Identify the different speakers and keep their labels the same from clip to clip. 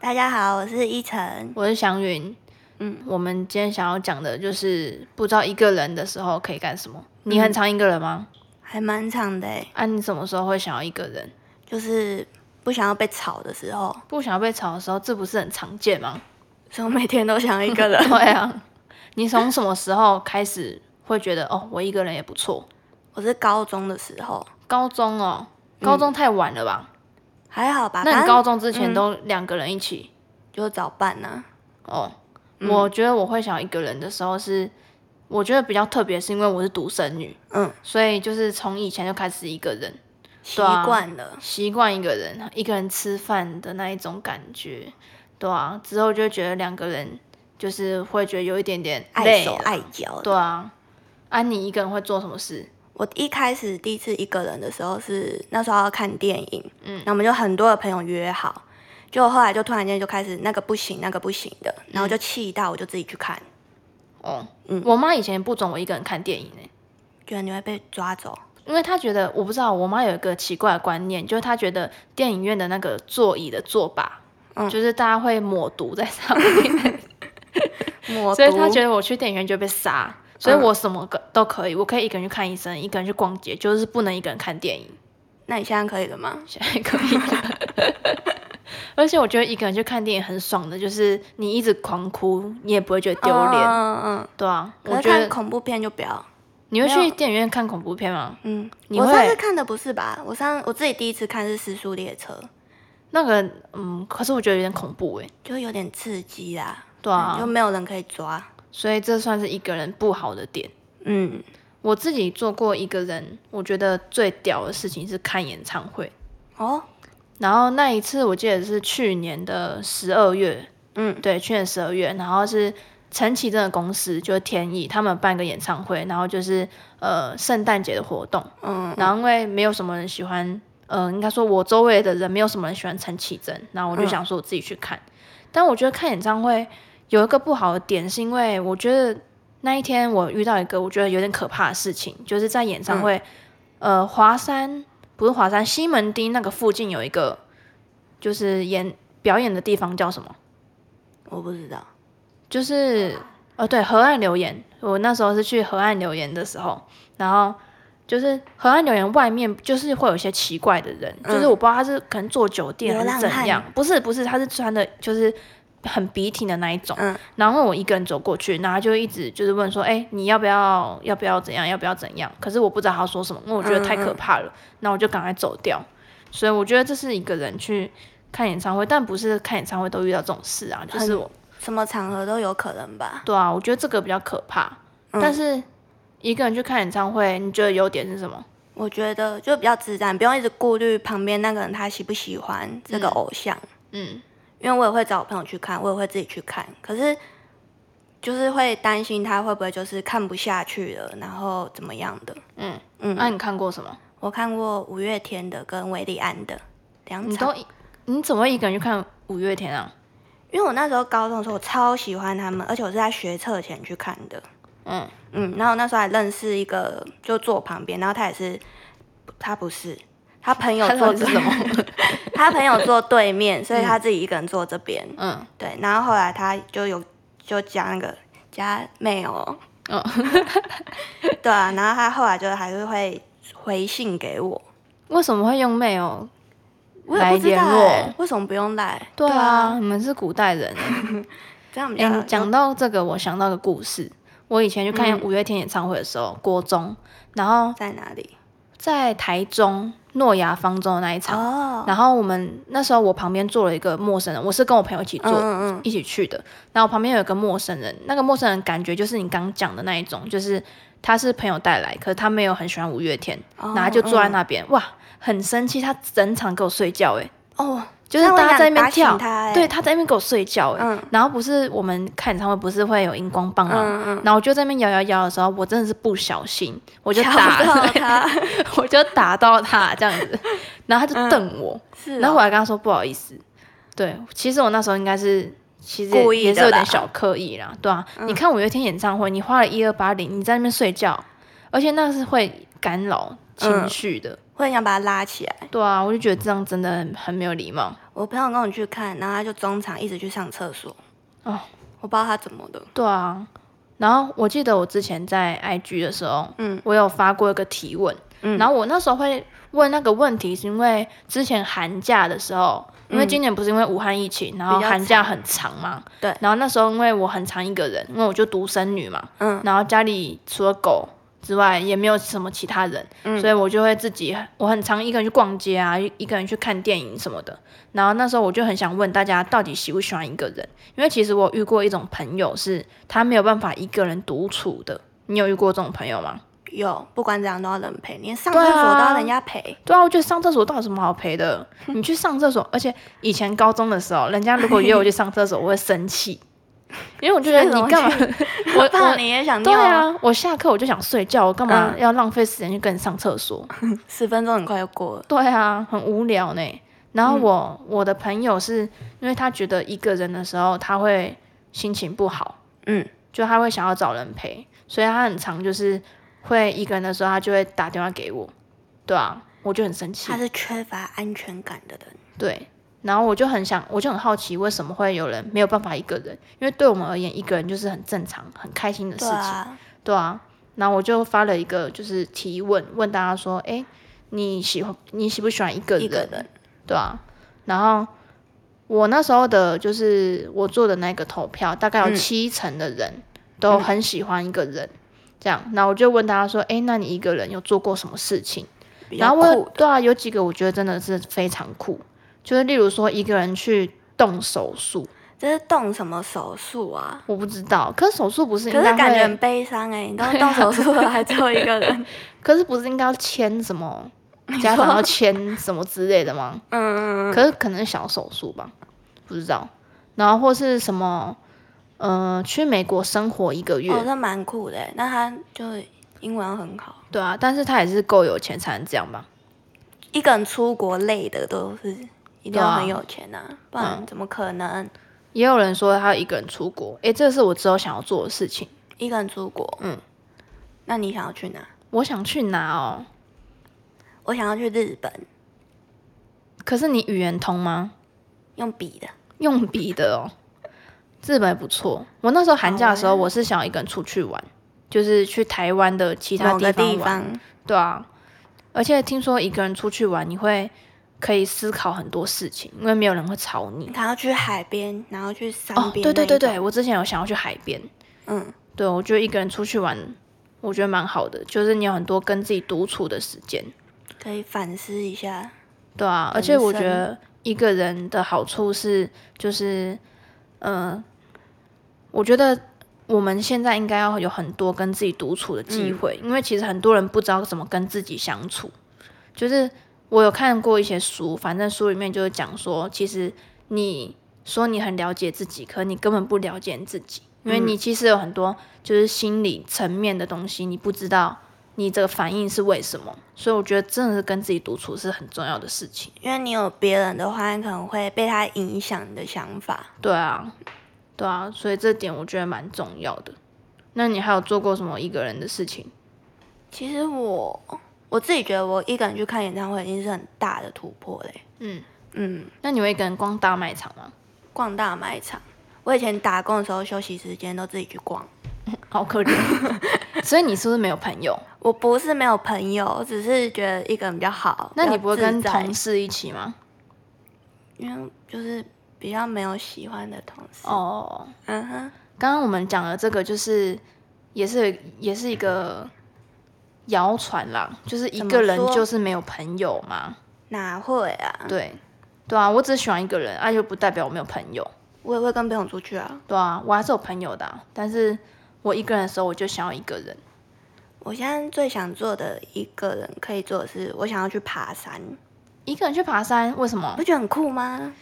Speaker 1: 大家好，我是依晨。
Speaker 2: 我是祥云。
Speaker 1: 嗯，
Speaker 2: 我们今天想要讲的就是不知道一个人的时候可以干什么。你很常一个人吗？
Speaker 1: 还蛮长的欸，
Speaker 2: 啊，你什么时候会想要一个人？
Speaker 1: 就是不想要被吵的时候，
Speaker 2: 不想要被吵的时候，这不是很常见吗？
Speaker 1: 所以我每天都想要一 个人。
Speaker 2: 对啊。你从什么时候开始会觉得哦，我一个人也不错？
Speaker 1: 我是高中的时候，
Speaker 2: 高中哦，高中太晚了吧？
Speaker 1: 还好吧？
Speaker 2: 那
Speaker 1: 反
Speaker 2: 你
Speaker 1: 正
Speaker 2: 高中之前都两个人一起？
Speaker 1: 就早啊办呢、
Speaker 2: 哦，我觉得我会想要一个人的时候是，我觉得比较特别，是因为我是独生女，
Speaker 1: 嗯，
Speaker 2: 所以就是从以前就开始一个人。
Speaker 1: 习
Speaker 2: 对啊
Speaker 1: 惯了。
Speaker 2: 习惯一个人一个人吃饭的那一种感觉，对啊，之后就觉得两个人就是会觉得有一点点
Speaker 1: 碍
Speaker 2: 累
Speaker 1: 手
Speaker 2: 啊，
Speaker 1: 碍脚的。
Speaker 2: 对啊。啊，你一个人会做什么事？
Speaker 1: 我一开始第一次一个人的时候是那时候要看电影，嗯，
Speaker 2: 嗯
Speaker 1: 然后我们就很多的朋友约好，就后来就突然间就开始那个不行那个不行的，然后就气到我就自己去看，
Speaker 2: 哦，
Speaker 1: 嗯
Speaker 2: 我妈以前不准我一个人看电影呢、欸
Speaker 1: 觉得你会被抓走，
Speaker 2: 因为她觉得我不知道，我妈有一个奇怪的观念，就是她觉得电影院的那个座椅的坐把，
Speaker 1: 嗯
Speaker 2: 就是大家会抹毒在 上面，所以她觉得我去电影院就被杀，所以
Speaker 1: 嗯
Speaker 2: 我什么个都可以，我可以一个人去看医生，一个人去逛街，就是不能一个人看电影。
Speaker 1: 那你现在可以了吗？
Speaker 2: 现在可以了。 而且我觉得一个人去看电影很爽的，就是你一直狂哭，你也不会觉得丢脸，
Speaker 1: 嗯嗯嗯。
Speaker 2: 对啊。
Speaker 1: 可
Speaker 2: 我
Speaker 1: 是
Speaker 2: 觉
Speaker 1: 看
Speaker 2: 得
Speaker 1: 恐怖片就不要，
Speaker 2: 你会
Speaker 1: 没
Speaker 2: 去
Speaker 1: 有
Speaker 2: 电影院看恐怖片吗？
Speaker 1: 嗯，
Speaker 2: 你
Speaker 1: 我上次
Speaker 2: 会
Speaker 1: 看的不是吧？我上我自己第一次看是《失速列车
Speaker 2: 那个，嗯，可是我觉得有点恐怖哎、》，
Speaker 1: 就有点刺激啦，
Speaker 2: 对
Speaker 1: 就
Speaker 2: 啊。
Speaker 1: 没嗯有人可以抓。
Speaker 2: 所以这算是一个人不好的点。
Speaker 1: 嗯，
Speaker 2: 我自己做过一个人，我觉得最屌的事情是看演唱会。
Speaker 1: 哦，
Speaker 2: 然后那一次我记得是去年的十二月，
Speaker 1: 嗯
Speaker 2: 对，去年十二月，然后是陈绮贞的公司，就是天意，他们办个演唱会，然后就是呃圣诞节的活动，
Speaker 1: 嗯，
Speaker 2: 然后因为没有什么人喜欢，呃，应该说我周围的人没有什么人喜欢陈绮贞，然后我就想说我自己去看，但我觉得看演唱会有一个不好的点，是因为我觉得那一天我遇到一个我觉得有点可怕的事情，就是在演唱会，呃，华山不是华山西门町那个附近有一个就是演表演的地方叫什么？
Speaker 1: 我不知道。
Speaker 2: 就是呃，对，河岸留言，我那时候是去河岸留言的时候，然后就是河岸留言外面就是会有一些奇怪的人，
Speaker 1: 嗯
Speaker 2: 就是我不知道他是可能做酒店
Speaker 1: 流
Speaker 2: 还
Speaker 1: 浪
Speaker 2: 是怎
Speaker 1: 汉
Speaker 2: 样，不是不是，他是穿的就是很笔挺的那一种，
Speaker 1: 嗯
Speaker 2: 然后我一个人走过去，然后他就一直就是问说，哎、你要不要要不要怎样，要不要怎样？可是我不知道他说什么，因为我觉得
Speaker 1: 嗯
Speaker 2: 太可怕了，那、我就赶快走掉。所以我觉得这是一个人去看演唱会，但不是看演唱会都遇到这种事啊，就是
Speaker 1: 很
Speaker 2: 我
Speaker 1: 什么场合都有可能吧。
Speaker 2: 对啊，我觉得这个比较可怕。
Speaker 1: 嗯
Speaker 2: 但是一个人去看演唱会，你觉得优点是什么？
Speaker 1: 我觉得就比较自然，不用一直顾虑旁边那个人他喜不喜欢这个偶像。
Speaker 2: 嗯，
Speaker 1: 因为我也会找我朋友去看，我也会自己去看，可是就是会担心他会不会就是看不下去了，然后怎么样的。
Speaker 2: 嗯
Speaker 1: 嗯，
Speaker 2: 那、你看过什么？
Speaker 1: 我看过五月天的跟韦礼安的两
Speaker 2: 你
Speaker 1: 场
Speaker 2: 都，一你怎么会一个人去看五月天啊？
Speaker 1: 因为我那时候高中的时候，我超喜欢他们，而且我是在学测前去看的。
Speaker 2: 嗯，
Speaker 1: 嗯，然后我那时候还认识一个，就坐我旁边，然后他也是，他不是，他朋友
Speaker 2: 他到
Speaker 1: 坐
Speaker 2: 底
Speaker 1: 对
Speaker 2: 是什，么？
Speaker 1: 他朋友坐对面，所以他自己一个人坐这边。
Speaker 2: 嗯
Speaker 1: 对，然后后来他就有就加那个加妹哦，
Speaker 2: 嗯，
Speaker 1: 对啊，然后他后来就还是会回信给我，
Speaker 2: 为什么会用 mail？
Speaker 1: 我也不知道、
Speaker 2: 来联
Speaker 1: 欸
Speaker 2: 络、
Speaker 1: 为什么不用来，
Speaker 2: 对啊，你们是古代 人欸。
Speaker 1: 这样比
Speaker 2: 哎、
Speaker 1: 较
Speaker 2: 你讲到这个，我想到个故事。我以前去看
Speaker 1: 嗯
Speaker 2: 五月天演唱会的时候，国中，然后
Speaker 1: 在哪里？
Speaker 2: 在台中诺亚方舟的那一场，
Speaker 1: 哦，
Speaker 2: 然后我们那时候我旁边坐了一个陌生人，我是跟我朋友一起坐、
Speaker 1: 嗯嗯
Speaker 2: 一起去的。然后我旁边有一个陌生人，那个陌生人感觉就是你刚讲的那一种，就是他是朋友带来，可是他没有很喜欢五月天，
Speaker 1: 嗯，
Speaker 2: 然后他就坐在
Speaker 1: 嗯
Speaker 2: 那边，哇，很生气，他整场给我睡觉、欸，
Speaker 1: 哦，
Speaker 2: 就是
Speaker 1: 那我
Speaker 2: 大家
Speaker 1: 想
Speaker 2: 在那边
Speaker 1: 打醒
Speaker 2: 跳，
Speaker 1: 他欸
Speaker 2: 对，他在那边给我睡觉、欸，
Speaker 1: 嗯
Speaker 2: 然后不是我们看演唱会不是会有荧光棒吗？啊
Speaker 1: 嗯嗯，
Speaker 2: 然后我就在那边摇摇摇的时候，我真的是不小心，我
Speaker 1: 我
Speaker 2: 就 打，
Speaker 1: 到他，
Speaker 2: 我就打到他这样子，然后他就瞪我，
Speaker 1: 是哦、
Speaker 2: 然后我还跟他说不好意思。对，其实我那时候应该是其实也
Speaker 1: 故意的
Speaker 2: 也是有
Speaker 1: 啦嗯
Speaker 2: 点小刻意啦，对啊。你看五月天演唱会，你花了一二八零，你在那边睡觉，而且那是会干扰情绪的，
Speaker 1: 嗯我很想把他拉起来，
Speaker 2: 对啊。我就觉得这样真的很很没有礼貌。
Speaker 1: 我朋友跟我去看，然后他就中场一直去上厕所，
Speaker 2: 哦，
Speaker 1: 我不知道他怎么的。
Speaker 2: 对啊。然后我记得我之前在 IG 的时候，
Speaker 1: 嗯
Speaker 2: 我有发过一个提问，
Speaker 1: 嗯
Speaker 2: 然后我那时候会问那个问题，是因为之前寒假的时候，因为今年不是因为武汉疫情，然后
Speaker 1: 嗯比较
Speaker 2: 寒假
Speaker 1: 长
Speaker 2: 很长嘛，
Speaker 1: 对
Speaker 2: 然后那时候因为我很常一个人，因为我就独生女嘛，
Speaker 1: 嗯
Speaker 2: 然后家里除了狗之外也没有什么其他人，
Speaker 1: 嗯
Speaker 2: 所以我就会自己，我很常一个人去逛街啊，一一个人去看电影什么的。然后那时候我就很想问大家，到底喜不喜欢一个人？因为其实我遇过一种朋友，是他没有办法一个人独处的。你有遇过这种朋友吗？
Speaker 1: 有，不管怎样都要人陪，连上
Speaker 2: 对
Speaker 1: 厕
Speaker 2: 啊
Speaker 1: 所都要人家陪。
Speaker 2: 对啊，我觉得上厕所到底有什么好陪的？你去上厕所，而且以前高中的时候，人家如果约我去上厕所，我会生气，因为我就觉得你干嘛？ 我
Speaker 1: 我怕
Speaker 2: 我
Speaker 1: 你也想
Speaker 2: 对
Speaker 1: 尿，、
Speaker 2: 啊，我下课我就想睡觉，我干嘛
Speaker 1: 嗯
Speaker 2: 要浪费时间去跟你上厕 所？
Speaker 1: 十分钟很快就过了。
Speaker 2: 对啊，很无聊呢。然
Speaker 1: 嗯
Speaker 2: 后我、我的朋友是因为他觉得一个人的时候他会心情不好，
Speaker 1: 嗯，
Speaker 2: 就他会想要找人陪，所以他很常就是会一个人的时候，他就会打电话给我，对啊，我就很生气
Speaker 1: 他，是缺乏安全感的人。
Speaker 2: 对。然后我就很想，我就很好奇，为什么会有人没有办法一个人？因为对我们而言，一个人就是很正常、很开心的事
Speaker 1: 对
Speaker 2: 情。
Speaker 1: 啊，
Speaker 2: 对啊，然后我就发了一个就是提问，问大家说，哎，你喜欢你喜不喜欢一个人？
Speaker 1: 一个人
Speaker 2: 对啊，然后我那时候的就是我做的那个投票，大概有
Speaker 1: 嗯
Speaker 2: 七成的人都很喜欢一个人。这样，那我就问大家说，哎，那你一个人有做过什么事情？
Speaker 1: 比
Speaker 2: 然
Speaker 1: 较
Speaker 2: 后
Speaker 1: 酷
Speaker 2: 我有
Speaker 1: 的。
Speaker 2: 对啊，有几个我觉得真的是非常酷，就是例如说一个人去动手术，
Speaker 1: 这是动什么手术啊？
Speaker 2: 我不知道，可是手术不是
Speaker 1: 可
Speaker 2: 应该
Speaker 1: 是感觉
Speaker 2: 会
Speaker 1: 很悲伤哎、你都动手术了，还只有一个 人。
Speaker 2: 可是不是应该要签什 么家长要签什么之类的吗？
Speaker 1: 嗯，
Speaker 2: 可是可能是小手术吧，不知道。然后或是什么，呃，去美国生活一个月，
Speaker 1: 哦，这蛮酷的欸。那他就是英文很好，
Speaker 2: 对啊，但是他也是够有钱才能这样吧？
Speaker 1: 一个人出国累的都是一定要
Speaker 2: 对啊嗯
Speaker 1: 很有钱啊，不然怎么可能
Speaker 2: 也有人说他一个人出国，诶，这是我之后想要做的事情。
Speaker 1: 一个人出国？
Speaker 2: 嗯，
Speaker 1: 那你想要去哪？
Speaker 2: 我想去哪哦？
Speaker 1: 我想要去日本，
Speaker 2: 可是你语言通吗？
Speaker 1: 用笔的。
Speaker 2: 用笔的哦，日本也不错。我那时候寒假的时候，我是想要一个人出去玩，就是去台湾的其他
Speaker 1: 某
Speaker 2: 地
Speaker 1: 个
Speaker 2: 方
Speaker 1: 地
Speaker 2: 玩。
Speaker 1: 方，
Speaker 2: 对啊，而且听说一个人出去玩，你会可以思考很多事情，因为没有人会吵你
Speaker 1: 你。看要去海边，然后去山
Speaker 2: 哦，
Speaker 1: 边、
Speaker 2: 对对对对，，我之前有想要去海边，
Speaker 1: 嗯，
Speaker 2: 对我觉得一个人出去玩，我觉得蛮好的，就是你有很多跟自己独处的时间。
Speaker 1: 可以反思一下。
Speaker 2: 对啊，而
Speaker 1: 人
Speaker 2: 且我
Speaker 1: 生
Speaker 2: 觉得一个人的好处是，就是，嗯、我觉得我们现在应该要有很多跟自己独处的机会，因为其实很多人不知道怎么跟自己相处。就是我有看过一些书，反正书里面就是讲说，其实你说你很了解自己，可你根本不了解你自己，因为你其实有很多就是心理层面的东西，你不知道。你这个反应是为什么？所以我觉得真的是跟自己独处是很重要的事情。
Speaker 1: 因为你有别人的话，你可能会被他影响你的想法。
Speaker 2: 对啊，对啊，所以这点我觉得蛮重要的。那你还有做过什么一个人的事情？
Speaker 1: 其实我我自己觉得，我一个人去看演唱会已经是很大的突破嘞。
Speaker 2: 嗯，
Speaker 1: 嗯，
Speaker 2: 那你会一个人逛大卖场吗？
Speaker 1: 逛大卖场，我以前打工的时候休息时间都自己去逛。
Speaker 2: 好可怜。 所以你是不是没有朋友？
Speaker 1: 我不是没有朋友，我只是觉得一个人比较好。
Speaker 2: 那
Speaker 1: 比较
Speaker 2: 你不会跟
Speaker 1: 自在
Speaker 2: 同，事一起
Speaker 1: 啊
Speaker 2: 吗？
Speaker 1: 因为就是比较没有喜欢的同事。
Speaker 2: 哦，
Speaker 1: 嗯哼，
Speaker 2: 刚刚我们讲的这个就是也是也是一个谣传啦，就是一
Speaker 1: 怎么
Speaker 2: 个人
Speaker 1: 说
Speaker 2: 就是没有朋友嘛。
Speaker 1: 哪会啊？
Speaker 2: 对，对啊，我只喜欢一个人，啊，又不代表我没有朋友。
Speaker 1: 我也会跟朋友出去啊。
Speaker 2: 对啊，我还是有朋友的啊、但是我一个人的时候，我就想要一个人。
Speaker 1: 我现在最想做的一个人可以做的是，我想要去爬山，
Speaker 2: 一个人去爬山，为什么
Speaker 1: 不？觉得很酷吗？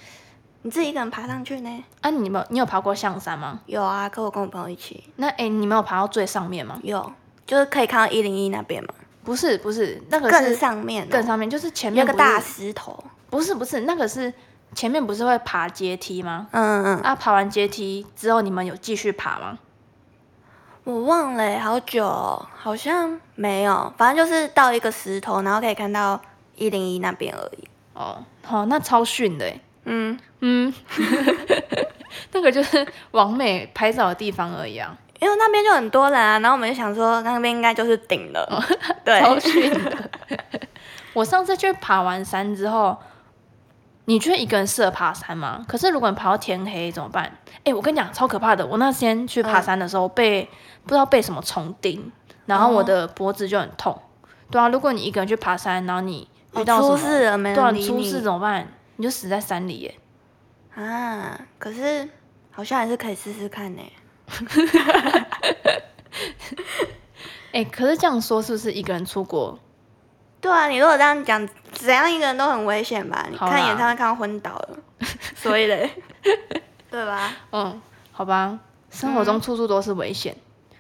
Speaker 1: 你自己一个人爬上去呢？
Speaker 2: 啊，你们你有爬过象山吗？
Speaker 1: 有啊，可我跟我朋友一起。
Speaker 2: 那诶，你没有爬到最上面吗？
Speaker 1: 有，就是可以看到一零一那边嘛，
Speaker 2: 不是不是，那个
Speaker 1: 更
Speaker 2: 是
Speaker 1: 上面哦、
Speaker 2: 更上面，就是前
Speaker 1: 有
Speaker 2: 面
Speaker 1: 个
Speaker 2: 不
Speaker 1: 大
Speaker 2: 是
Speaker 1: 石头，
Speaker 2: 不是不是，那个是前面不是会爬阶梯吗？
Speaker 1: 嗯嗯，
Speaker 2: 啊，爬完阶梯之后，你们有继续爬吗？
Speaker 1: 我忘了、欸，好久哦、好像没有，反正就是到一个石头，然后可以看到一零一那边而已。
Speaker 2: 哦，好、那超逊的诶，
Speaker 1: 嗯，
Speaker 2: 嗯，那个就是 完美拍照的地方而已啊，
Speaker 1: 因为那边就很多人啊，然后我们就想说那边应该就是顶了，对，
Speaker 2: 超逊的。 我上次去爬完山之后，你觉得一个人适合爬山吗？可是如果你爬到天黑怎么办？哎、我跟你讲，超可怕的。我那天去爬山的时候被、不知道被什么虫叮，然后我的脖子就很痛。对啊，如果你一个人去爬山，然后你遇到什
Speaker 1: 哦出
Speaker 2: 么、
Speaker 1: 事了没
Speaker 2: 对啊，
Speaker 1: 人理
Speaker 2: 出事
Speaker 1: 你
Speaker 2: 怎么办？你就死在山里耶。
Speaker 1: 啊，可是好像还是可以试试看呢、
Speaker 2: 哎、可是这样说是不是一个人出国？
Speaker 1: 对啊，你如果这样讲，怎样一个人都很危险吧？你
Speaker 2: 好
Speaker 1: 看
Speaker 2: 啦
Speaker 1: 演唱会看到昏倒 了，所以嘞，对吧？
Speaker 2: 嗯，好吧，生
Speaker 1: 嗯
Speaker 2: 活中处处都是危险、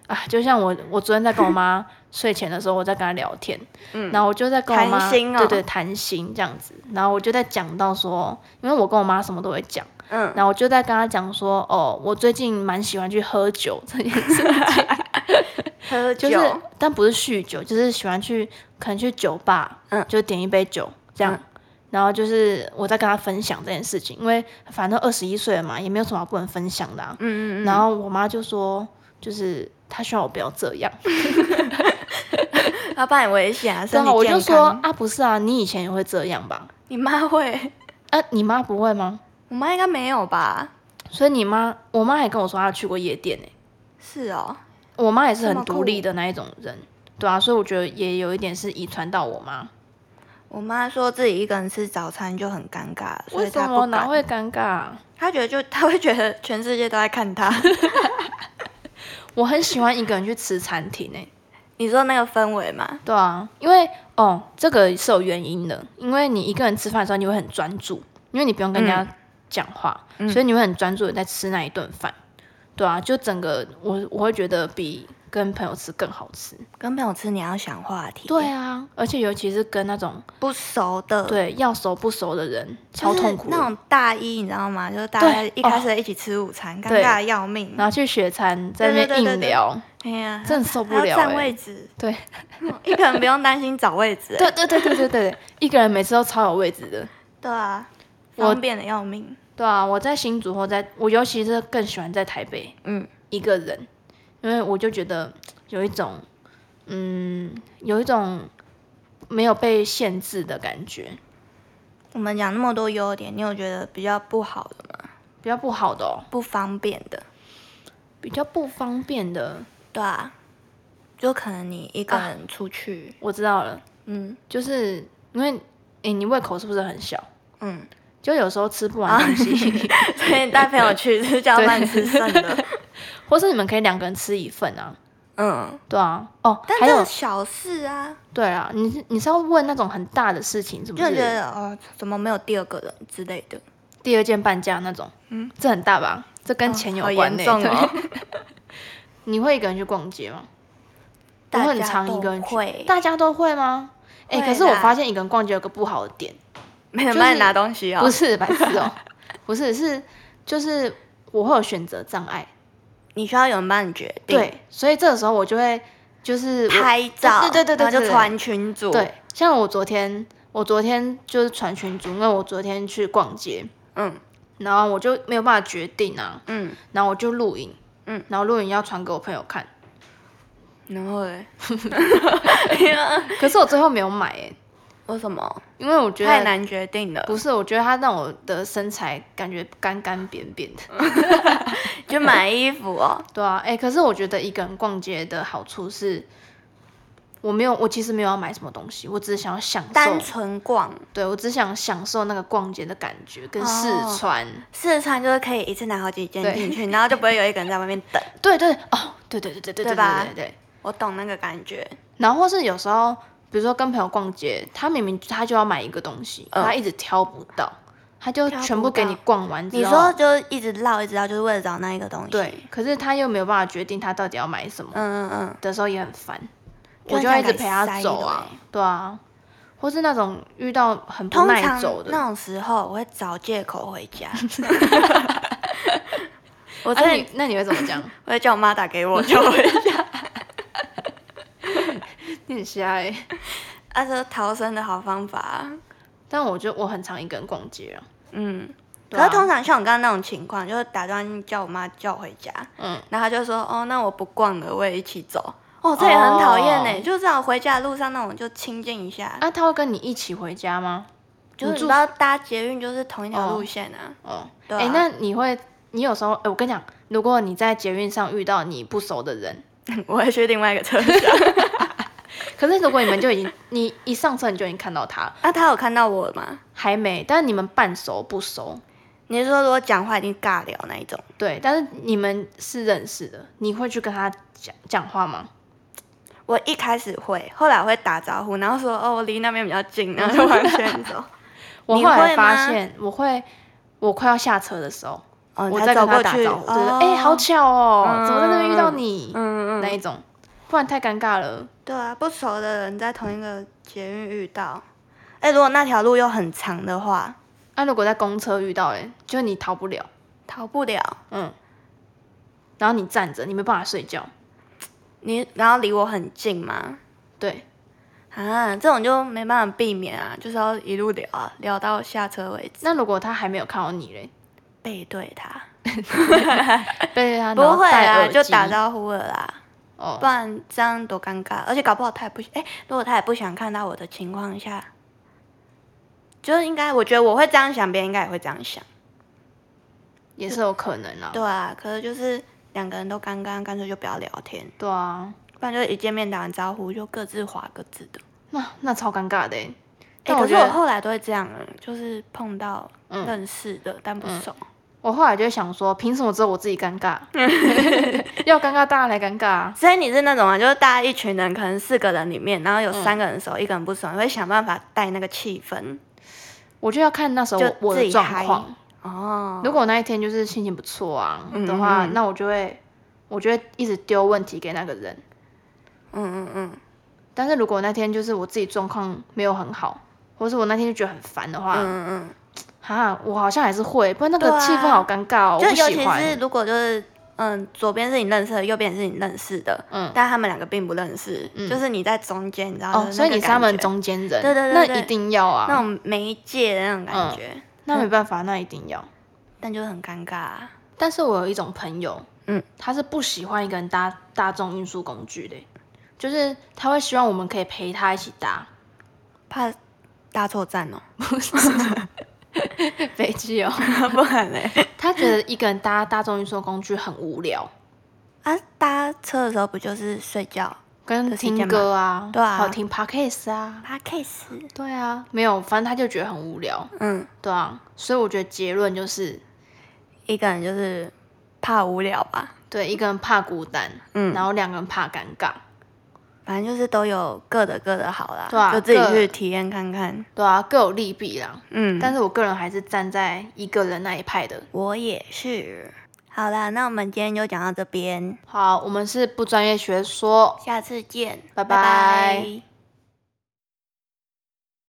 Speaker 2: 啊！就像我，我昨天在跟我妈睡前的时候，我在跟她聊天，
Speaker 1: 嗯
Speaker 2: 然后我就在跟我妈，
Speaker 1: 谈心哦
Speaker 2: 对对，谈心这样子，然后我就在讲到说，因为我跟我妈什么都会讲，
Speaker 1: 嗯，
Speaker 2: 然后我就在跟她讲说，哦，我最近蛮喜欢去喝酒 这件事，
Speaker 1: 喝酒，嗯
Speaker 2: 就是但不是酗酒，就是喜欢去可能去酒吧，
Speaker 1: 嗯
Speaker 2: 就点一杯酒这样。
Speaker 1: 嗯
Speaker 2: 然后就是我在跟她分享这件事情，因为反正二十一岁了嘛，也没有什么不能分享的、啊。
Speaker 1: 嗯嗯嗯，
Speaker 2: 然后我妈就说，就是她希望我不要这样。
Speaker 1: 要不然很危险嗯啊，身
Speaker 2: 然
Speaker 1: 体
Speaker 2: 后我
Speaker 1: 健
Speaker 2: 就
Speaker 1: 康。
Speaker 2: 说啊，不是啊，你以前也会这样吧？
Speaker 1: 你妈会，
Speaker 2: 啊，你妈不会吗？
Speaker 1: 我妈应该没有吧？
Speaker 2: 所以你妈，我妈还跟我说她去过夜店呢、
Speaker 1: 是哦，
Speaker 2: 我妈也是
Speaker 1: 这
Speaker 2: 很
Speaker 1: 么
Speaker 2: 独立的那一种人，对啊，所以我觉得也有一点是遗传到我妈。
Speaker 1: 我妈说自己一个人吃早餐就很尴尬，所以
Speaker 2: 为
Speaker 1: 她
Speaker 2: 什
Speaker 1: 不
Speaker 2: 么哪
Speaker 1: 敢。
Speaker 2: 会尴尬啊、
Speaker 1: 她觉得就她会觉得全世界都在看 她。
Speaker 2: 我很喜欢一个人去吃餐厅欸诶、
Speaker 1: 你说那个氛围嘛？
Speaker 2: 对啊，因为哦，这个是有原因的，因为你一个人吃饭的时候你会很专注，因为你不用跟人家讲话，
Speaker 1: 嗯
Speaker 2: 所以你会很专注的在吃那一顿饭，对啊，就整个我我会觉得比跟朋友吃更好吃，
Speaker 1: 跟朋友吃你要想话题，
Speaker 2: 对，啊，而且尤其是跟那种
Speaker 1: 不熟的，，
Speaker 2: 对要熟不熟的人，超痛苦的
Speaker 1: 那种大一，你知道吗？就是大家
Speaker 2: 对
Speaker 1: 一开始一起吃午餐，尴
Speaker 2: 对
Speaker 1: 尬得要命。
Speaker 2: 然后去学餐在那
Speaker 1: 对
Speaker 2: 边
Speaker 1: 对对
Speaker 2: 硬
Speaker 1: 对
Speaker 2: 聊，
Speaker 1: 哎呀，
Speaker 2: 真的受不
Speaker 1: 还要
Speaker 2: 了、
Speaker 1: 占
Speaker 2: 欸
Speaker 1: 位，置，
Speaker 2: 对
Speaker 1: 一个人不用担心找位置、欸
Speaker 2: 对对对对对对，一个人每次都超有位置的。
Speaker 1: 对啊，
Speaker 2: 我
Speaker 1: 方便的要命。
Speaker 2: 对啊，我在新竹或在，我尤其是更喜欢在台北，
Speaker 1: 嗯，
Speaker 2: 一个人，因为我就觉得有一种，嗯，有一种没有被限制的感觉，
Speaker 1: 我们讲那么多优点，你有觉得比较不好的吗？
Speaker 2: 比较不好的哦，
Speaker 1: 不方便的，
Speaker 2: 比较不方便的，
Speaker 1: 对啊，就可能你一个
Speaker 2: 啊
Speaker 1: 人出去，
Speaker 2: 我知道了，
Speaker 1: 嗯
Speaker 2: 就是因为，诶，你胃口是不是很小？
Speaker 1: 嗯，
Speaker 2: 就有时候吃不
Speaker 1: 啊
Speaker 2: 完东西，
Speaker 1: 所以带朋友去是叫
Speaker 2: 对
Speaker 1: 饭吃剩的，
Speaker 2: 或是你们可以两个人吃一份啊，
Speaker 1: 嗯，
Speaker 2: 对啊，哦，
Speaker 1: 但
Speaker 2: 还
Speaker 1: 这
Speaker 2: 有
Speaker 1: 种，小事啊，
Speaker 2: 对啊，你是你是要问那种很大的事情，是不
Speaker 1: 就觉
Speaker 2: 是？
Speaker 1: 得哦，怎么没有第二个人之类的，
Speaker 2: 第二件半价那种，嗯，这很大吧？这跟钱有
Speaker 1: 哦好
Speaker 2: 关
Speaker 1: 严
Speaker 2: 呢、
Speaker 1: 重
Speaker 2: 对
Speaker 1: 哦。
Speaker 2: 你会一个人去逛街吗？我
Speaker 1: 大
Speaker 2: 很
Speaker 1: 家
Speaker 2: 常一
Speaker 1: 都
Speaker 2: 个人 去
Speaker 1: 会，
Speaker 2: 大家都会吗？哎、
Speaker 1: 会
Speaker 2: 可是我
Speaker 1: 啦
Speaker 2: 发现一个人逛街有个不好的点，
Speaker 1: 没有
Speaker 2: 就是
Speaker 1: 帮你拿东西啊、
Speaker 2: 不是白痴 哦、不是是就是我会有选择障碍，
Speaker 1: 你需要有人帮你决定。，
Speaker 2: 对，所以这个时候我就会就是我
Speaker 1: 拍照，
Speaker 2: 对对对对
Speaker 1: 然后
Speaker 2: 对
Speaker 1: 就
Speaker 2: 对
Speaker 1: 传群组，
Speaker 2: 对，像我昨天我昨天就是传群组，因为我昨天去逛街，
Speaker 1: 嗯
Speaker 2: 然后我就没有办法决定啊，
Speaker 1: 嗯，
Speaker 2: 然后我就录影，
Speaker 1: 嗯，
Speaker 2: 然后录影要传给我朋友看，
Speaker 1: 然后嘞，
Speaker 2: 可是我最后没有买哎、
Speaker 1: 为什么
Speaker 2: 因为我觉得
Speaker 1: 太难决定了？
Speaker 2: 不是，我觉得它让我的身材感觉干干扁扁的。
Speaker 1: 就买衣服 哦，
Speaker 2: 对啊，哎、可是我觉得一个人逛街的好处是，我没有，我其实没有要买什么东西，我只是想要享
Speaker 1: 单
Speaker 2: 受，
Speaker 1: 纯逛
Speaker 2: 对我只想享受那个逛街的感觉跟
Speaker 1: 哦
Speaker 2: 试穿。
Speaker 1: 试穿就是可以一次拿好几件
Speaker 2: 对
Speaker 1: 进去，然后就不会有一个人在外面等。
Speaker 2: 对对哦，对对对对
Speaker 1: 对
Speaker 2: 对对
Speaker 1: 吧
Speaker 2: 对对对。
Speaker 1: 我懂那个感觉，
Speaker 2: 然后或是有时候，比如说跟朋友逛街，他明明他就要买一个东西，
Speaker 1: 嗯
Speaker 2: 他一直挑不到，他就
Speaker 1: 挑
Speaker 2: 全
Speaker 1: 不
Speaker 2: 部给
Speaker 1: 到
Speaker 2: 你逛完之
Speaker 1: 你
Speaker 2: 后
Speaker 1: 说，就一直绕一直绕，就是为了找那一个东西。，
Speaker 2: 对，可是他又没有办法决定他到底要买什么。
Speaker 1: 嗯嗯嗯，
Speaker 2: 的时候也很烦，
Speaker 1: 就
Speaker 2: 我
Speaker 1: 很
Speaker 2: 就
Speaker 1: 想
Speaker 2: 会一直
Speaker 1: 给
Speaker 2: 陪他
Speaker 1: 塞欸
Speaker 2: 走啊
Speaker 1: 一堆，
Speaker 2: 对啊，或是那种遇到很不
Speaker 1: 通
Speaker 2: 耐
Speaker 1: 常
Speaker 2: 走的，
Speaker 1: 那种时候我会找借口回 家。 我真
Speaker 2: 啊、
Speaker 1: 的
Speaker 2: 你那你会怎么 讲？
Speaker 1: 我会叫我妈打给我，就回 家。
Speaker 2: 你很瞎哎、
Speaker 1: 啊，这是逃生的好方法啊。
Speaker 2: 但我就我很常一个人逛街啊，
Speaker 1: 嗯，
Speaker 2: 对
Speaker 1: 可是
Speaker 2: 啊
Speaker 1: 通常像我刚刚那种情况，就是打算叫我妈叫我回家，
Speaker 2: 嗯，
Speaker 1: 然后她就说哦，那我不逛了，我也一起走。哦，这也很讨厌呢，
Speaker 2: 哦
Speaker 1: 就是这种回家的路上那种就亲近一下，
Speaker 2: 啊，他会跟你一起回家吗？
Speaker 1: 就是你
Speaker 2: 你
Speaker 1: 知
Speaker 2: 住
Speaker 1: 道搭捷运就是同一条
Speaker 2: 哦
Speaker 1: 路线啊。
Speaker 2: 哦，
Speaker 1: 对啊
Speaker 2: 诶那你会，你有时候，哎、我跟你讲，如果你在捷运上遇到你不熟的人，
Speaker 1: 我会去另外一个车厢。
Speaker 2: 可是如果你们就已经， 你一上车你就已经看到他，
Speaker 1: 那、啊他有看到我吗？
Speaker 2: 还没，但是你们半熟不熟，
Speaker 1: 你是说如果讲话已经尬聊那一种？
Speaker 2: 对，但是你们是认识的，你会去跟他讲讲话吗？
Speaker 1: 我一开始会，后来我会打招呼，然后说哦，我离那边比较近， 然后就往前走。
Speaker 2: 我
Speaker 1: 你
Speaker 2: 后来
Speaker 1: 会吗
Speaker 2: 发现，我会，我快要下车的时候，
Speaker 1: 哦，
Speaker 2: 我
Speaker 1: 才
Speaker 2: 再
Speaker 1: 走
Speaker 2: 跟
Speaker 1: 过
Speaker 2: 他打
Speaker 1: 去，
Speaker 2: 招呼，就是哎、诶好，巧哦，怎么在那边遇到你、
Speaker 1: 嗯
Speaker 2: 那
Speaker 1: 嗯，
Speaker 2: 一种，不然太尴尬了。
Speaker 1: 对啊，不熟的人在同一个捷运遇到，哎、如果那条路又很长的话，
Speaker 2: 啊，如果在公车遇到、哎，就你逃不了，
Speaker 1: 逃不了。
Speaker 2: 嗯，然后你站着，你没办法睡觉，
Speaker 1: 你然后离我很近嘛，
Speaker 2: 对，
Speaker 1: 啊，这种就没办法避免啊，就是要一路聊啊，聊到下车为止，
Speaker 2: 那如果他还没有看到你嘞，
Speaker 1: 背对他。
Speaker 2: 对他 然
Speaker 1: 不
Speaker 2: 后
Speaker 1: 会
Speaker 2: 戴
Speaker 1: 啊，
Speaker 2: 耳
Speaker 1: 就
Speaker 2: 机
Speaker 1: 打招呼了啦，不
Speaker 2: 哦，
Speaker 1: 然这样多尴尬。而且搞不好他也不哎、如果他也不想看到我的情况下，就是应该，我觉得我会这样想，别人应该也会这样想。
Speaker 2: 也是有可能啦，
Speaker 1: 对啊，可是就是两个人都尴尬，干脆就不要聊天，
Speaker 2: 对啊，
Speaker 1: 不然就一见面打完招呼就各自划各自的。
Speaker 2: 那那超尴尬的、哎
Speaker 1: 哎、
Speaker 2: 但我
Speaker 1: 可是
Speaker 2: 觉
Speaker 1: 我
Speaker 2: 得
Speaker 1: 后来都会这样了，就是碰到
Speaker 2: 嗯
Speaker 1: 认识的、但不熟，
Speaker 2: 我后来就想说，凭什么只有我自己尴尬？ 要尴尬大家来尴尬啊！
Speaker 1: 所以你是那种啊，就是大家一群人，可能四个人里面，然后有三个人熟，一个人不熟，你会想办法带那个气氛
Speaker 2: 我就要看那时候
Speaker 1: 就
Speaker 2: 我
Speaker 1: 自
Speaker 2: 的
Speaker 1: 己
Speaker 2: 状
Speaker 1: 嗨
Speaker 2: 况。
Speaker 1: 哦。
Speaker 2: 如果我那一天就是心情不错啊
Speaker 1: 嗯
Speaker 2: 的话，
Speaker 1: 嗯嗯
Speaker 2: 那我就会，我就会一直丢问题给那个人。
Speaker 1: 嗯嗯嗯
Speaker 2: 但是如果那天就是我自己状况没有很好，或是我那天就觉得很烦的话，
Speaker 1: 嗯嗯
Speaker 2: 哈，我好像还是会，不然那
Speaker 1: 对
Speaker 2: 个
Speaker 1: 啊
Speaker 2: 气氛好尴尬哦，
Speaker 1: 嗯，
Speaker 2: 我
Speaker 1: 就
Speaker 2: 不
Speaker 1: 尤
Speaker 2: 喜
Speaker 1: 其是
Speaker 2: 欢。
Speaker 1: 如果就是嗯，左边是你认识的，右边也是你认识的，
Speaker 2: 嗯，
Speaker 1: 但他们两个并不认识，
Speaker 2: 嗯
Speaker 1: 就是你在中间，你知道吗？
Speaker 2: 哦，所以你是他们中间人，
Speaker 1: 对对对
Speaker 2: 那
Speaker 1: 对
Speaker 2: 一定要啊，
Speaker 1: 那种媒介的那种
Speaker 2: 嗯
Speaker 1: 感觉，
Speaker 2: 那没办法，那一定要。
Speaker 1: 但就很尴尬啊、
Speaker 2: 但是我有一种朋友，
Speaker 1: 嗯，
Speaker 2: 他是不喜欢一个人搭大众运输工具的，就是他会希望我们可以陪他一起搭
Speaker 1: 怕搭错站哦，
Speaker 2: 飞机哦。
Speaker 1: 不然嘞
Speaker 2: 他觉得一个人搭大众运输工具很无聊，
Speaker 1: 啊，搭车的时候不就是睡觉
Speaker 2: 跟
Speaker 1: 这是一件
Speaker 2: 听歌啊，
Speaker 1: 对啊
Speaker 2: 还有听 podcast 啊，
Speaker 1: 搭 case？
Speaker 2: 对啊，没有，反正他就觉得很无聊，
Speaker 1: 嗯，
Speaker 2: 对啊。所以我觉得结论就是，
Speaker 1: 一个人就是怕无聊吧，
Speaker 2: 对，一个人怕孤单，
Speaker 1: 嗯
Speaker 2: 然后两个人怕尴尬，
Speaker 1: 反正就是都有各的各的好啦，
Speaker 2: 对啊
Speaker 1: 就自己
Speaker 2: 各
Speaker 1: 去体验看看。
Speaker 2: 对啊，各有利弊啦。
Speaker 1: 嗯，
Speaker 2: 但是我个人还是站在一个人那一派的。
Speaker 1: 我也是。好啦，那我们今天就讲到这边，
Speaker 2: 好，我们是不专业学说，
Speaker 1: 下次见，
Speaker 2: 拜拜
Speaker 1: 拜